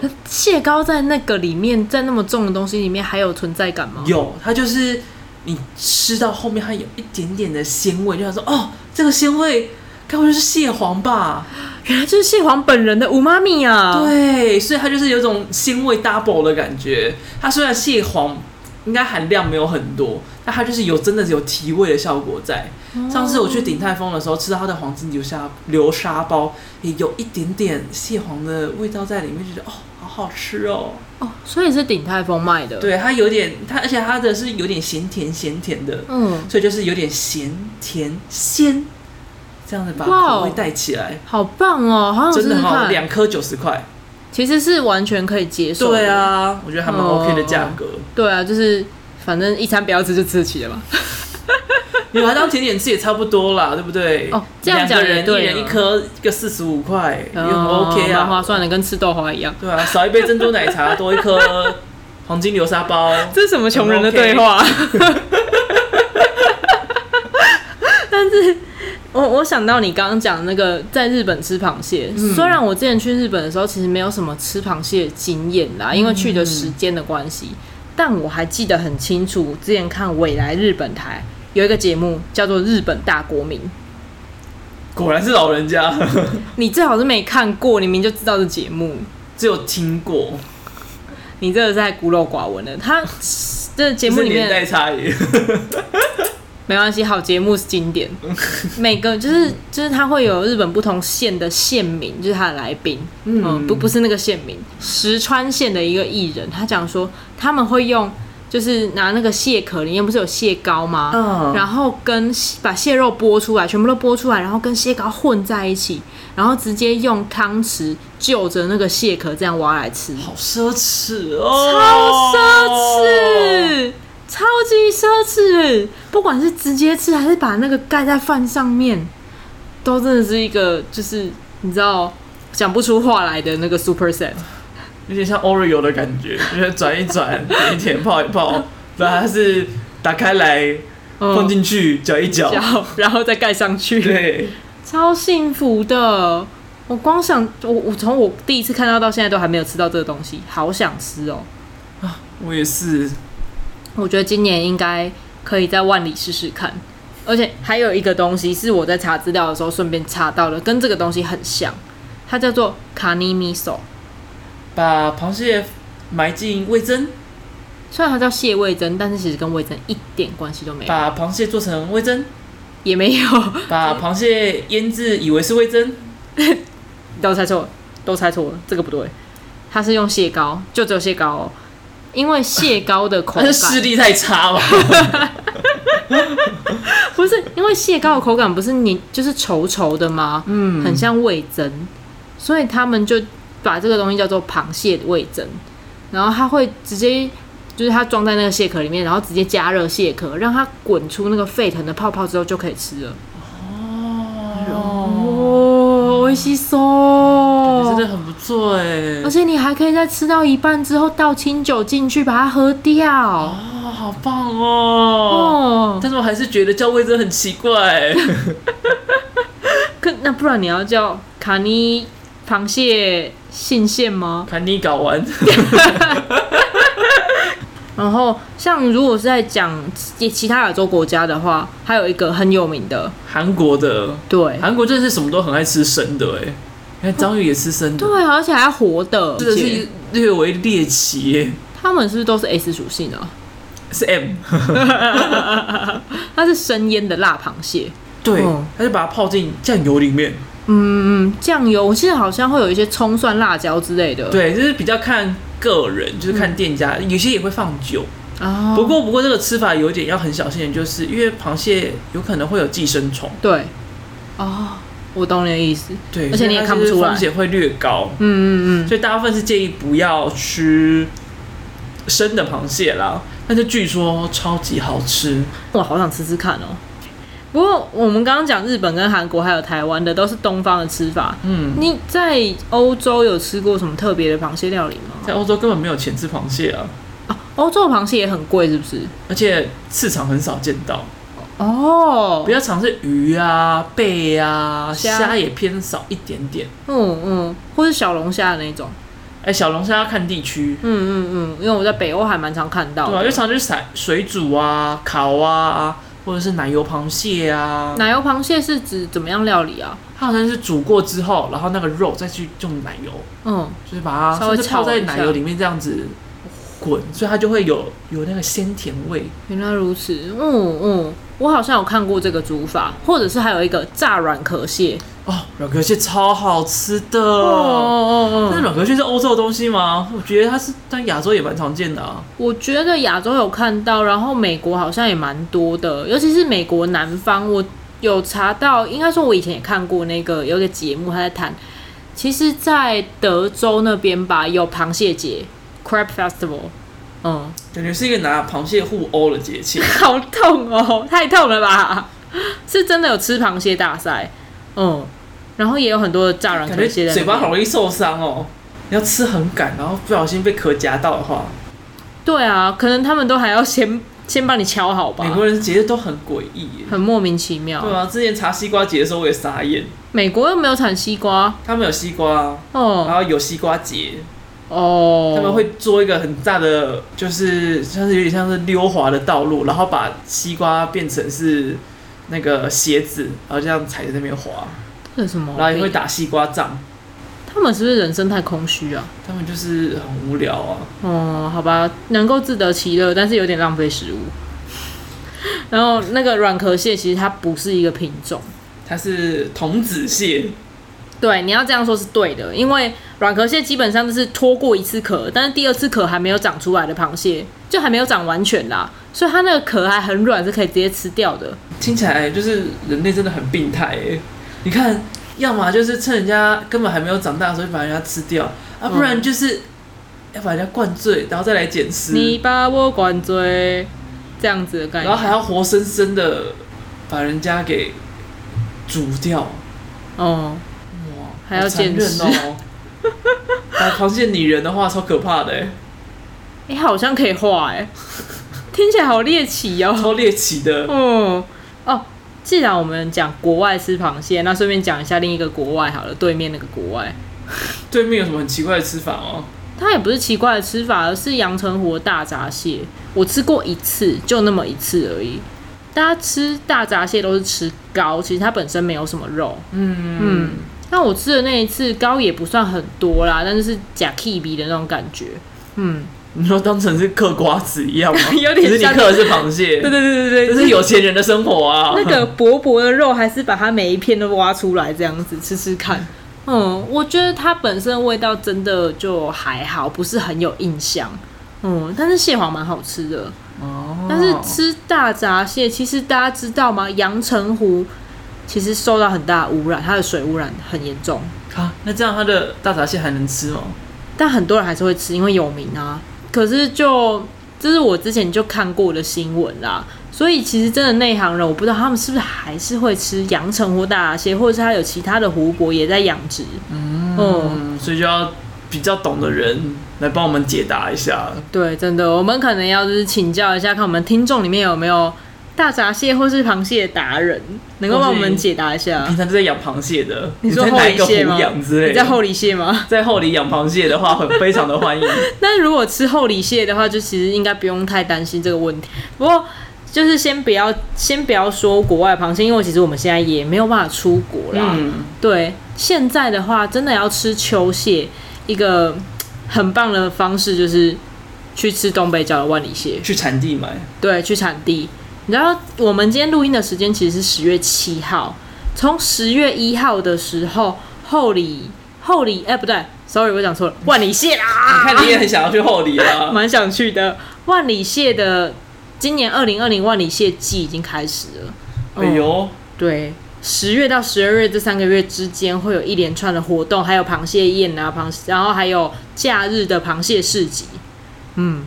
[SPEAKER 2] 的。
[SPEAKER 1] 蟹膏在那个里面，在那么重的东西里面还有存在感吗？
[SPEAKER 2] 有，它就是你吃到后面，它有一点点的鲜味，就想说哦，这个鲜味该不会是蟹黄吧？
[SPEAKER 1] 原来就是蟹黄本人的五妈咪啊！，
[SPEAKER 2] 对，所以它就是有种鲜味 double 的感觉。它虽然蟹黄应该含量没有很多，那它就是有真的有提味的效果在。
[SPEAKER 1] 哦
[SPEAKER 2] 上次我去鼎泰丰的时候，吃到它的黄金流沙流沙包，也有一点点蟹黄的味道在里面，觉得哦，好好吃哦。
[SPEAKER 1] 哦，所以是鼎泰丰卖的。，
[SPEAKER 2] 对，它有点它，而且它的是有点咸甜咸甜的，
[SPEAKER 1] 嗯，
[SPEAKER 2] 所以就是有点咸甜鲜，这样子把
[SPEAKER 1] 哇哦
[SPEAKER 2] 口味带起来，
[SPEAKER 1] 好棒哦，好想试
[SPEAKER 2] 真
[SPEAKER 1] 试
[SPEAKER 2] 的好，
[SPEAKER 1] 看。
[SPEAKER 2] 两颗九十块。
[SPEAKER 1] 其实是完全可以接受。
[SPEAKER 2] 对，啊，我觉得还蛮 OK 的价格。
[SPEAKER 1] 对啊，就是反正一餐不要吃就吃得起 了吧。
[SPEAKER 2] 你把它当甜点吃也差不多啦，对不对？
[SPEAKER 1] 哦这样讲
[SPEAKER 2] 两个
[SPEAKER 1] 也
[SPEAKER 2] 人
[SPEAKER 1] 对
[SPEAKER 2] 一人一
[SPEAKER 1] 了
[SPEAKER 2] 颗，一个四十五块，也很
[SPEAKER 1] 哦
[SPEAKER 2] OK
[SPEAKER 1] 蛮划
[SPEAKER 2] 啊。
[SPEAKER 1] 算的，跟吃豆花一样。
[SPEAKER 2] 对啊，少一杯珍珠奶茶，多一颗黄金流 沙包。
[SPEAKER 1] 这是什么穷人的对话？ 但是，我我想到你刚刚讲那个在日本吃螃蟹，虽然我之前去日本的时候其实没有什么吃螃蟹的经验啦，因为去的时间的关系，但我还记得很清楚，之前看未来日本台有一个节目叫做《日本大国民》，
[SPEAKER 2] 果然是老人家，
[SPEAKER 1] 你最好是没看过，你明明就知道这节目，
[SPEAKER 2] 只有听过，
[SPEAKER 1] 你这个是在孤陋寡闻的。他这节目
[SPEAKER 2] 是
[SPEAKER 1] 里面
[SPEAKER 2] 年代 差异。
[SPEAKER 1] 没关系，好节目是经典。每个就是就是它会有日本不同县的县民，就是他的来宾，嗯，不不是那个县民，石川县的一个艺人，他讲说他们会用就是拿那个蟹壳里面不是有蟹膏吗？
[SPEAKER 2] 嗯
[SPEAKER 1] 然后跟蟹把蟹肉剥出来，全部都剥出来，然后跟蟹膏混在一起，然后直接用汤匙就着那个蟹壳这样挖来吃。
[SPEAKER 2] 好奢侈
[SPEAKER 1] 超
[SPEAKER 2] 哦，
[SPEAKER 1] 奢侈，超级奢侈。不管是直接吃还是把那个盖在饭上面，都真的是一个就是你知道讲不出话来的那个 super set。
[SPEAKER 2] 有点像 Oreo 的感觉，就是转一 转，舔一舔，泡一泡，然后它是打开来放进去，搅一搅，
[SPEAKER 1] 嗯然后然后再盖上去，
[SPEAKER 2] 对，
[SPEAKER 1] 超幸福的。我光想，我我从我第一次看到到现在都还没有吃到这个东西，好想吃哦！
[SPEAKER 2] 我也是，
[SPEAKER 1] 我觉得今年应该可以在万里试试看。而且还有一个东西是我在查资料的时候顺便查到了，跟这个东西很像，它叫做卡尼米索。
[SPEAKER 2] 把螃蟹埋进味噌，
[SPEAKER 1] 虽然它叫蟹味噌，但是其实跟味噌一点关系都没有，
[SPEAKER 2] 把螃蟹做成味噌，
[SPEAKER 1] 也没有。
[SPEAKER 2] 把螃蟹腌制以为是味噌，
[SPEAKER 1] 都猜错了，都猜错了，这个不对。它是用蟹膏，就只有蟹膏哦，因为蟹膏的口
[SPEAKER 2] 但
[SPEAKER 1] 感
[SPEAKER 2] 是视力太差吧？
[SPEAKER 1] 不是因为蟹膏的口感不是你就是稠稠的吗？ 嗯，很像味噌，所以他们就把这个东西叫做螃蟹味噌，然后它会直接就是它装在那个蟹壳里面，然后直接加热蟹壳，让它滚出那个沸腾的泡泡之后就可以吃了。
[SPEAKER 2] 哦，
[SPEAKER 1] 哦，美味しそ
[SPEAKER 2] 真
[SPEAKER 1] う
[SPEAKER 2] 的。很不错哎
[SPEAKER 1] 而，且你还可以在吃到一半之后倒清酒进去，把它喝掉。
[SPEAKER 2] 哦，好棒哦，
[SPEAKER 1] 哦，
[SPEAKER 2] 但是我还是觉得叫味噌很奇 怪，
[SPEAKER 1] 可那不然你要叫卡尼螃蟹信线吗？
[SPEAKER 2] 看你搞完，
[SPEAKER 1] 然后，像如果是在讲其其他亚洲国家的话，还有一个很有名的，
[SPEAKER 2] 韩国的
[SPEAKER 1] 对，
[SPEAKER 2] 韩国真的是什么都很爱吃生的哎、你看章鱼也吃生的，
[SPEAKER 1] 对，啊而且还活的，
[SPEAKER 2] 真的是略为猎奇耶、
[SPEAKER 1] 他们是不是都是 S 属性啊？
[SPEAKER 2] 是 M，
[SPEAKER 1] 它是生腌的辣螃蟹，
[SPEAKER 2] 对
[SPEAKER 1] 哦，
[SPEAKER 2] 他就把它泡进酱油里面，
[SPEAKER 1] 嗯，酱油，我记得好像会有一些葱蒜辣椒之类的，嗯
[SPEAKER 2] 对，就是比较看个人，就是看店家，有些也会放酒。
[SPEAKER 1] 啊，
[SPEAKER 2] 不过不过这个吃法有一点要很小心，就是因为螃蟹有可能会有寄生虫，
[SPEAKER 1] 对，哦，我懂你的意思，
[SPEAKER 2] 对，
[SPEAKER 1] 而且你也
[SPEAKER 2] 所以它
[SPEAKER 1] 看不
[SPEAKER 2] 就是
[SPEAKER 1] 出来
[SPEAKER 2] 风险会略高，
[SPEAKER 1] 嗯嗯嗯，
[SPEAKER 2] 所以大部分是建议不要吃生的螃蟹啦。但是据说超级好吃，
[SPEAKER 1] 我好想吃吃看哦。不过我们刚刚讲日本跟韩国还有台湾的都是东方的吃法，
[SPEAKER 2] 嗯。
[SPEAKER 1] 你在欧洲有吃过什么特别的螃蟹料理吗？
[SPEAKER 2] 在欧洲根本没有钱吃螃蟹啊，
[SPEAKER 1] 啊，欧洲的螃蟹也很贵，是不是？
[SPEAKER 2] 而且市场很少见到，
[SPEAKER 1] 哦
[SPEAKER 2] 比，较常是鱼啊、贝啊、
[SPEAKER 1] 虾
[SPEAKER 2] 虾也偏少一点点。
[SPEAKER 1] 嗯嗯，或是小龙虾的那种，
[SPEAKER 2] 哎、小龙虾要看地区，
[SPEAKER 1] 嗯嗯嗯，因为我在北欧还蛮常看到
[SPEAKER 2] 对啊吧、
[SPEAKER 1] 的
[SPEAKER 2] 又常就是水水煮啊、烤啊，或者是奶油螃蟹啊，
[SPEAKER 1] 奶油螃蟹是指怎么样料理啊？
[SPEAKER 2] 它好像是煮过之后，然后那个肉再去用奶油，
[SPEAKER 1] 嗯，
[SPEAKER 2] 就是把它
[SPEAKER 1] 稍微
[SPEAKER 2] 就是泡
[SPEAKER 1] 炒一
[SPEAKER 2] 在
[SPEAKER 1] 下
[SPEAKER 2] 奶油里面这样子滚，所以它就会有有那个鲜甜味。
[SPEAKER 1] 原来如此，嗯嗯，我好像有看过这个煮法，或者是还有一个炸软壳蟹。
[SPEAKER 2] 哦，软壳蟹超好吃的。
[SPEAKER 1] 哦
[SPEAKER 2] 那软壳蟹是欧洲的东西吗？我觉得它是在亚洲也蛮常见的啊。
[SPEAKER 1] 我觉得亚洲有看到，然后美国好像也蛮多的，尤其是美国南方，我有查到，应该说我以前也看过那个有一个节目，他在谈，其实，在德州那边吧，有螃蟹节 （Crab Festival）。嗯，
[SPEAKER 2] 感觉是一个拿螃蟹互殴的节庆。
[SPEAKER 1] 好痛哦，太痛了吧！ 是真的有吃螃蟹大赛，嗯，然后也有很多的炸软
[SPEAKER 2] 感
[SPEAKER 1] 壳
[SPEAKER 2] 觉
[SPEAKER 1] 蟹在那边
[SPEAKER 2] 嘴巴好容易受伤哦。你要吃很赶，然后不小心被壳夹到的话，
[SPEAKER 1] 对啊，可能他们都还要先先帮你敲好吧
[SPEAKER 2] 美，国人节日都很诡异耶。
[SPEAKER 1] 很莫名其妙。
[SPEAKER 2] 对啊，之前查西瓜节的时候我也傻眼，
[SPEAKER 1] 美国又没有产西瓜，
[SPEAKER 2] 他们有西瓜啊，然
[SPEAKER 1] 哦
[SPEAKER 2] 后有西瓜节，
[SPEAKER 1] 哦，
[SPEAKER 2] 他们会做一个很大的，就是像是有点像是溜滑的道路，然后把西瓜变成是那个鞋子，然后这样踩在那边滑，
[SPEAKER 1] 这有什么？
[SPEAKER 2] 然后也会，打西瓜仗。
[SPEAKER 1] 他们是不是人生太空虚啊？
[SPEAKER 2] 他们就是很无聊啊，
[SPEAKER 1] 哦，好吧，能够自得其乐，但是有点浪费食物。 然后那个软壳蟹其实它不是一个品种，
[SPEAKER 2] 它是童子蟹，
[SPEAKER 1] 对，你要这样说是对的，因为软壳蟹基本上就是脱过一次壳，但是第二次壳还没有长出来的螃蟹，就还没有长完全啦，所以它那个壳还很软，是可以直接吃掉的。
[SPEAKER 2] 听起来就是人类真的很病态哎。你看，要么就是趁人家根本还没有长大的时候就把人家吃掉，
[SPEAKER 1] 嗯
[SPEAKER 2] 啊，不然就是要把人家灌醉，然后再来捡尸，
[SPEAKER 1] 你把我灌醉，这样子的概
[SPEAKER 2] 然后
[SPEAKER 1] 念。
[SPEAKER 2] 还要活生生的把人家给煮掉，
[SPEAKER 1] 哦，
[SPEAKER 2] 哇，
[SPEAKER 1] 还要
[SPEAKER 2] 好
[SPEAKER 1] 捡
[SPEAKER 2] 残忍 哦。把螃蟹拟人的话，超可怕的哎，
[SPEAKER 1] 哎、好像可以画哎、听起来好猎奇哦。
[SPEAKER 2] 超猎奇的。
[SPEAKER 1] 哦哦，既然我们讲国外吃螃蟹，那顺便讲一下另一个国外好了，对面那个国外，
[SPEAKER 2] 对面有什么很奇怪的吃法吗？
[SPEAKER 1] 它也不是奇怪的吃法，而是阳澄湖的大闸蟹。我吃过一次，就那么一次而已。大家吃大闸蟹都是吃膏，其实它本身没有什么肉。
[SPEAKER 2] 嗯
[SPEAKER 1] 嗯，那我吃的那一次膏也不算很多啦，但是是假 K B 的那种感觉。嗯，
[SPEAKER 2] 你说当成是嗑瓜子一样吗？
[SPEAKER 1] 有点
[SPEAKER 2] 只是你
[SPEAKER 1] 像
[SPEAKER 2] 嗑的是螃 蟹，
[SPEAKER 1] 对对对
[SPEAKER 2] 这
[SPEAKER 1] 对
[SPEAKER 2] 是有钱人的生活啊。
[SPEAKER 1] 那个薄薄的肉，还是把它每一片都挖出来，这样子吃吃看。嗯，我觉得它本身味道真的就还好，不是很有印象。嗯，但是蟹黄蛮好吃的。
[SPEAKER 2] 哦，
[SPEAKER 1] 但是吃大闸蟹，其实大家知道吗？阳澄湖其实受到很大的污染，它的水污染很严重，
[SPEAKER 2] 啊，那这样它的大闸蟹还能吃吗？
[SPEAKER 1] 但很多人还是会吃，因为有名啊。可是就这是我之前就看过的新闻啦，所以其实真的内行人，我不知道他们是不是还是会吃阳澄湖大闸蟹，或者是它有其他的湖泊也在养殖。嗯，
[SPEAKER 2] 嗯，所以就要比较懂的人来帮我们解答一下。
[SPEAKER 1] 对，真的，我们可能要就是请教一下，看我们听众里面有没有大闸蟹或是螃蟹达人，能够帮我们解答一 下。
[SPEAKER 2] 平常就在养螃蟹的，
[SPEAKER 1] 你说
[SPEAKER 2] 在
[SPEAKER 1] 后
[SPEAKER 2] 哪一
[SPEAKER 1] 里
[SPEAKER 2] 个湖
[SPEAKER 1] 蟹吗？
[SPEAKER 2] 养之类
[SPEAKER 1] 你在
[SPEAKER 2] 的？
[SPEAKER 1] 后里蟹吗？
[SPEAKER 2] 在后里养螃蟹的话，很非常的 欢迎。
[SPEAKER 1] 那如果吃后里蟹的话，就其实应该不用太担心这个问题。不过就是先不要先不要说国外螃蟹，因为其实我们现在也没有办法出国啦。
[SPEAKER 2] 嗯，
[SPEAKER 1] 对，现在的话真的要吃秋蟹，一个嘖很棒的方式就是去吃东北角的万里蟹，
[SPEAKER 2] 去产地买，
[SPEAKER 1] 对，去产地。你知道我们今天录音的时间其实是十月七号，从十月一号的时候，后里后里哎、不对，sorry 我讲错了，万里蟹啊
[SPEAKER 2] 你
[SPEAKER 1] 啦，
[SPEAKER 2] 看你也很想要去后里 啊。
[SPEAKER 1] 蛮想去的。万里蟹的今年二零二零万里蟹季已经开始了，哦
[SPEAKER 2] 哎呦，
[SPEAKER 1] 对，十月到十二月这三个月之间会有一连串的活动，还有螃蟹宴啊，螃然后还有假日的螃蟹市集。嗯，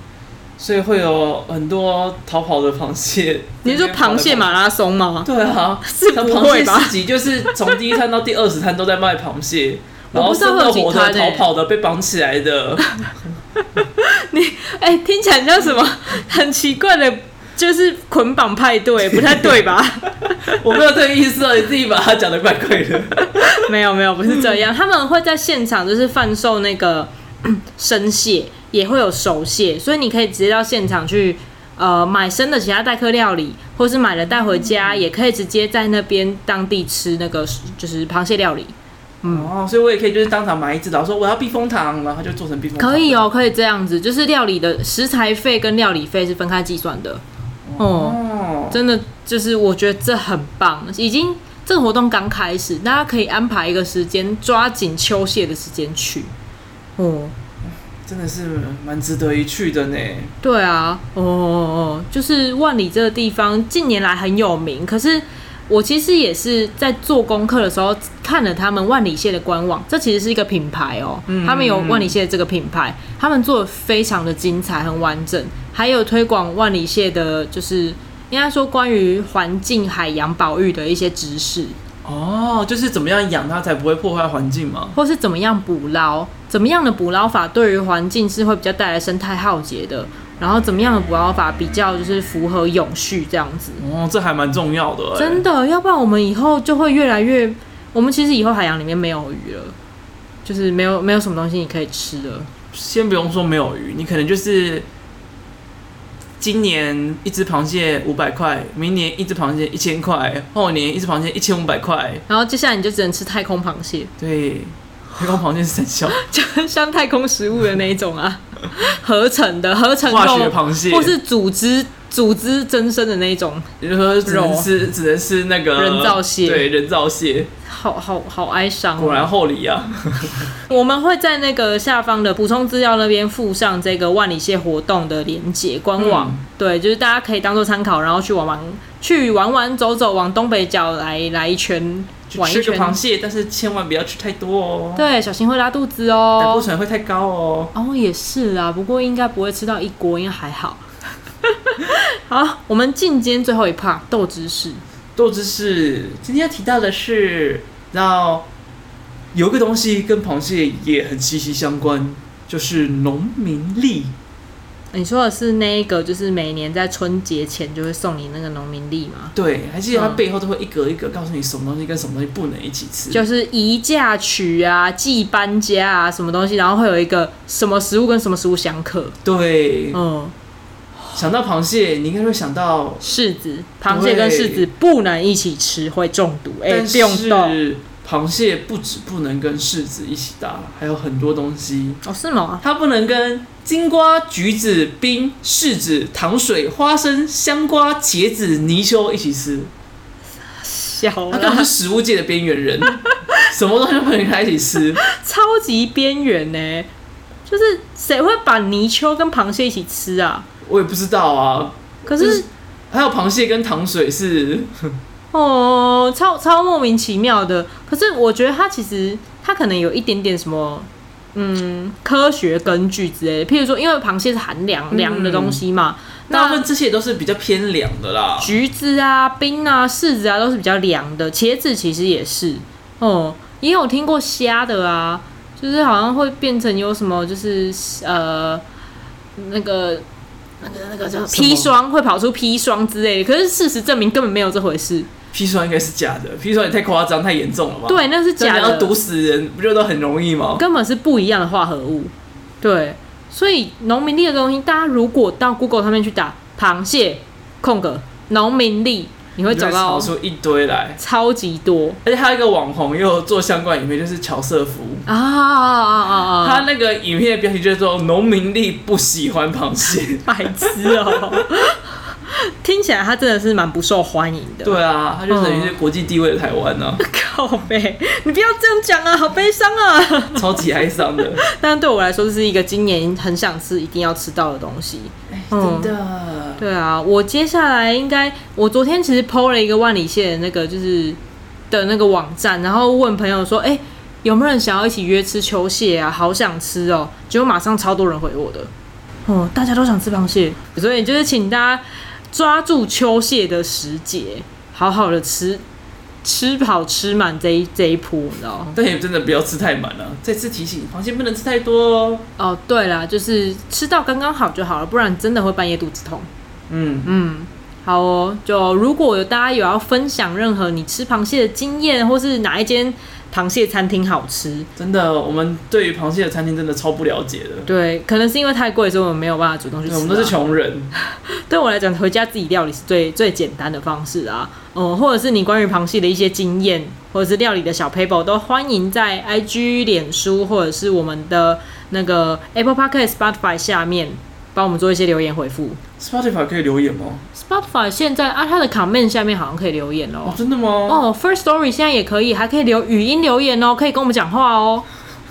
[SPEAKER 2] 所以会有很多逃跑的螃蟹。
[SPEAKER 1] 你是说螃蟹马？拉松吗？
[SPEAKER 2] 对啊，
[SPEAKER 1] 是
[SPEAKER 2] 像
[SPEAKER 1] 不
[SPEAKER 2] 螃
[SPEAKER 1] 会
[SPEAKER 2] 蟹
[SPEAKER 1] 吧
[SPEAKER 2] 市集就是从第一摊到第二十摊都在卖螃蟹，然
[SPEAKER 1] 我
[SPEAKER 2] 后
[SPEAKER 1] 不知道
[SPEAKER 2] 生
[SPEAKER 1] 会有
[SPEAKER 2] 的
[SPEAKER 1] 几
[SPEAKER 2] 活
[SPEAKER 1] 摊
[SPEAKER 2] 的、
[SPEAKER 1] 欸
[SPEAKER 2] 逃跑的、被绑起来的，
[SPEAKER 1] 哎、听起来像什么很奇怪的，就是捆绑派对，不太对吧？
[SPEAKER 2] 我没有这个意思哦，你自己把它讲的怪怪的。
[SPEAKER 1] 没有没有，不是这 样，他们会在现场就是贩售那个 生蟹，也会有熟蟹，所以你可以直接到现场去。呃，买生的其他待客料理，或是嗯买了带回家，也可以直接在那边当地吃那个就是螃蟹料理。嗯
[SPEAKER 2] 哦，所以我也可以就是当场买一只，然后说我要避风塘，然后就做成避风塘。
[SPEAKER 1] 可以哦，可以这样子，就是料理的食材费跟料理费是分开计算的。哦、
[SPEAKER 2] 哦，
[SPEAKER 1] 真的就是我觉得这很棒，已经这个活动刚开始，大家可以安排一个时间，抓紧秋蟹的时间去。哦，
[SPEAKER 2] 真的是蛮值得一去的呢。
[SPEAKER 1] 对啊，哦哦哦，就是万里这个地方近年来很有名，可是我其实也是在做功课的时候看了他们万里蟹的官网，这其实是一个品牌哦，
[SPEAKER 2] 嗯
[SPEAKER 1] 他们有万里蟹这个品牌，他们做的非常的精彩，很完整，还有推广万里蟹的，就是应该说关于环境海洋保育的一些知识，
[SPEAKER 2] 哦，就是怎么样养它才不会破坏环境嘛？
[SPEAKER 1] 或是怎么样捕捞，怎么样的捕捞法对于环境是会比较带来生态浩劫的，然后怎么样的捕捞法比较就是符合永续这样子。
[SPEAKER 2] 哦，这还蛮重要的。欸
[SPEAKER 1] 真
[SPEAKER 2] 的。
[SPEAKER 1] 的，要不然我们以后就会越来越，我们其实以后海洋里面没有鱼了，就是没有没有什么东西你可以吃的。
[SPEAKER 2] 先不用说没有鱼，你可能就是今年一只螃蟹五百块，明年一只螃蟹一千块，后年一只螃蟹一千五百块。
[SPEAKER 1] 然后接下来你就只能吃太空螃蟹，
[SPEAKER 2] 对，黑光螃蟹是很小，
[SPEAKER 1] 就像太空食物的那一种啊， 合成的合成
[SPEAKER 2] 化学
[SPEAKER 1] 肉，
[SPEAKER 2] 螃蟹，
[SPEAKER 1] 或是组织组织增生的那一种，
[SPEAKER 2] 比如说只能
[SPEAKER 1] 肉哦
[SPEAKER 2] 吃只能吃那个
[SPEAKER 1] 人造蟹
[SPEAKER 2] 对，人造蟹。
[SPEAKER 1] 好好好哀伤、哦。
[SPEAKER 2] 果然厚礼啊，
[SPEAKER 1] 我们会在那个下方的补充资料那边附上这个万里蟹活动的连接官网，
[SPEAKER 2] 嗯
[SPEAKER 1] 对，就是大家可以当做参考，然后去玩玩，去玩玩走走，往东北角来来一圈，
[SPEAKER 2] 就
[SPEAKER 1] 玩一
[SPEAKER 2] 吃个螃
[SPEAKER 1] 圈，
[SPEAKER 2] 蟹，但是千万不要吃太多哦，
[SPEAKER 1] 对，小心会拉肚子
[SPEAKER 2] 胆固
[SPEAKER 1] 哦。
[SPEAKER 2] 醇会太高哦。
[SPEAKER 1] 哦，也是啦，不过应该不会吃到一锅，应该还好。 好，我们进阶最后一 part 豆知识，
[SPEAKER 2] 豆知识，今天要提到的是，那有一个东西跟螃蟹也很息息相关，就是农民历。
[SPEAKER 1] 你说的是那一个，就是每年在春节前就会送你那个农民历吗？
[SPEAKER 2] 对，还记得它
[SPEAKER 1] 嗯
[SPEAKER 2] 背后都会一格一格告诉你什么东西跟什么东西不能一起吃。
[SPEAKER 1] 就是移嫁娶啊、祭搬家啊，什么东西，然后会有一个什么食物跟什么食物相克。
[SPEAKER 2] 对，
[SPEAKER 1] 嗯，
[SPEAKER 2] 想到螃蟹，你应该会想到，
[SPEAKER 1] 柿子、螃蟹跟柿子不能一起吃，会中毒。哎、
[SPEAKER 2] 但
[SPEAKER 1] 不用动。
[SPEAKER 2] 是螃蟹不止不能跟柿子一起搭，还有很多东西。
[SPEAKER 1] 哦，是吗？
[SPEAKER 2] 它不能跟金瓜、橘子、冰、柿子、糖水、花生、香瓜、茄子、泥鳅一起吃。
[SPEAKER 1] 小
[SPEAKER 2] 他根
[SPEAKER 1] 啦
[SPEAKER 2] 本，是食物界的边缘人，什么东西都不能跟他一起吃。
[SPEAKER 1] 超级边缘呢。就是谁会把泥鳅跟螃蟹一起吃啊？
[SPEAKER 2] 我也不知道啊。
[SPEAKER 1] 可
[SPEAKER 2] 就是是还有螃蟹跟糖水是，
[SPEAKER 1] 哦，超超莫名其妙的。可是我觉得它其实它可能有一点点什么，嗯，科学根据之类的。譬如说，因为螃蟹是含凉
[SPEAKER 2] 嗯
[SPEAKER 1] 凉的东西嘛，
[SPEAKER 2] 大部
[SPEAKER 1] 那
[SPEAKER 2] 分这些都是比较偏凉的啦。
[SPEAKER 1] 橘子啊、冰啊、柿子啊都是比较凉的，茄子其实也是。哦、也有听过虾的啊，就是好像会变成有什么，就是呃，那个。那个那个叫
[SPEAKER 2] 什么
[SPEAKER 1] 砒霜会跑出砒霜之类的，可是事实证明根本没有这回事。
[SPEAKER 2] 砒霜应该是假的，砒霜也太夸张、太严重了吧？，
[SPEAKER 1] 对，那是假
[SPEAKER 2] 要
[SPEAKER 1] 的。
[SPEAKER 2] 毒死人，不就都很容易吗？
[SPEAKER 1] 根本是不一样的化合物。对，所以农民历的东西，大家如果到 Google 上面去打螃蟹空格农民历，你会
[SPEAKER 2] 你就
[SPEAKER 1] 找
[SPEAKER 2] 会
[SPEAKER 1] 到
[SPEAKER 2] 炒出一堆来。
[SPEAKER 1] 超级多
[SPEAKER 2] 而且还有一个网红也有做相关影片，就是乔瑟夫，
[SPEAKER 1] 啊啊啊
[SPEAKER 2] 他
[SPEAKER 1] 啊！
[SPEAKER 2] 那个影片的标题就是说“农民力不喜欢螃蟹
[SPEAKER 1] 白痴哦、 听起来他真的是蛮不受欢迎”，的。
[SPEAKER 2] 对啊，他就等于是国际地位的台湾啊 呢、
[SPEAKER 1] 靠背，你不要这样讲啊，好悲伤啊！
[SPEAKER 2] 啊，超级哀伤的。
[SPEAKER 1] 但对我来说，这是一个今年很想吃、一定要吃到的东西。嗯
[SPEAKER 2] 真的，
[SPEAKER 1] 对啊，我接下来应该，我昨天其实 PO 了一个万里蟹的那个就是的那个网站，然后问朋友说，哎、有没有人想要一起约吃秋蟹啊？好想吃哦！结果马上超多人回我的，哦，大家都想吃螃蟹，所以就是请大家抓住秋蟹的时节，好好的吃。吃好吃满这一这一波，你知道吗？
[SPEAKER 2] 但也真的不要吃太满了。再次提醒，螃蟹不能吃太多哦。
[SPEAKER 1] 哦，对啦，就是吃到刚刚好就好了，不然真的会半夜肚子痛。
[SPEAKER 2] 嗯，
[SPEAKER 1] 嗯，好哦，就如果有大家有要分享任何你吃螃蟹的经验，或是哪一间螃蟹餐厅好吃，
[SPEAKER 2] 真的，我们对于螃蟹的餐厅真的超不了解的，
[SPEAKER 1] 对，可能是因为太贵，所以我们没有办法主动去
[SPEAKER 2] 对
[SPEAKER 1] 吃、啊
[SPEAKER 2] 我们都是穷人。
[SPEAKER 1] 对我来讲，回家自己料理是最最简单的方式啊。嗯，或者是你关于螃蟹的一些经验，或者是料理的小 paper，都欢迎在 IG、脸书或者是我们的那个 Apple Podcast、Spotify 下面帮我们做一些留言回复。
[SPEAKER 2] Spotify 可以留言吗？
[SPEAKER 1] Spotify 现在啊，它的 comment 下面好像可以留言
[SPEAKER 2] 哦
[SPEAKER 1] 哦，。
[SPEAKER 2] 真的吗？
[SPEAKER 1] 哦，First Story 现在也可以，还可以留语音留言哦，可以跟我们讲话哦。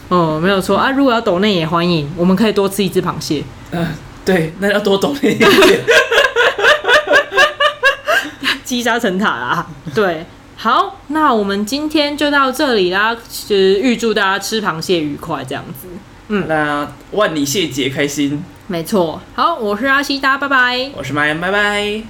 [SPEAKER 1] 哦，没有错啊，如果要抖内也欢迎，我们可以多吃一只螃蟹。
[SPEAKER 2] 呃对，那要多懂一点。
[SPEAKER 1] 积沙成塔啦。 对，好，那我们今天就到这里啦，就是预祝大家吃螃蟹愉快，这样子。
[SPEAKER 2] 那万里蟹节开心，
[SPEAKER 1] 没错，好，我是阿西，大家拜拜。
[SPEAKER 2] 我是麦恩，拜拜。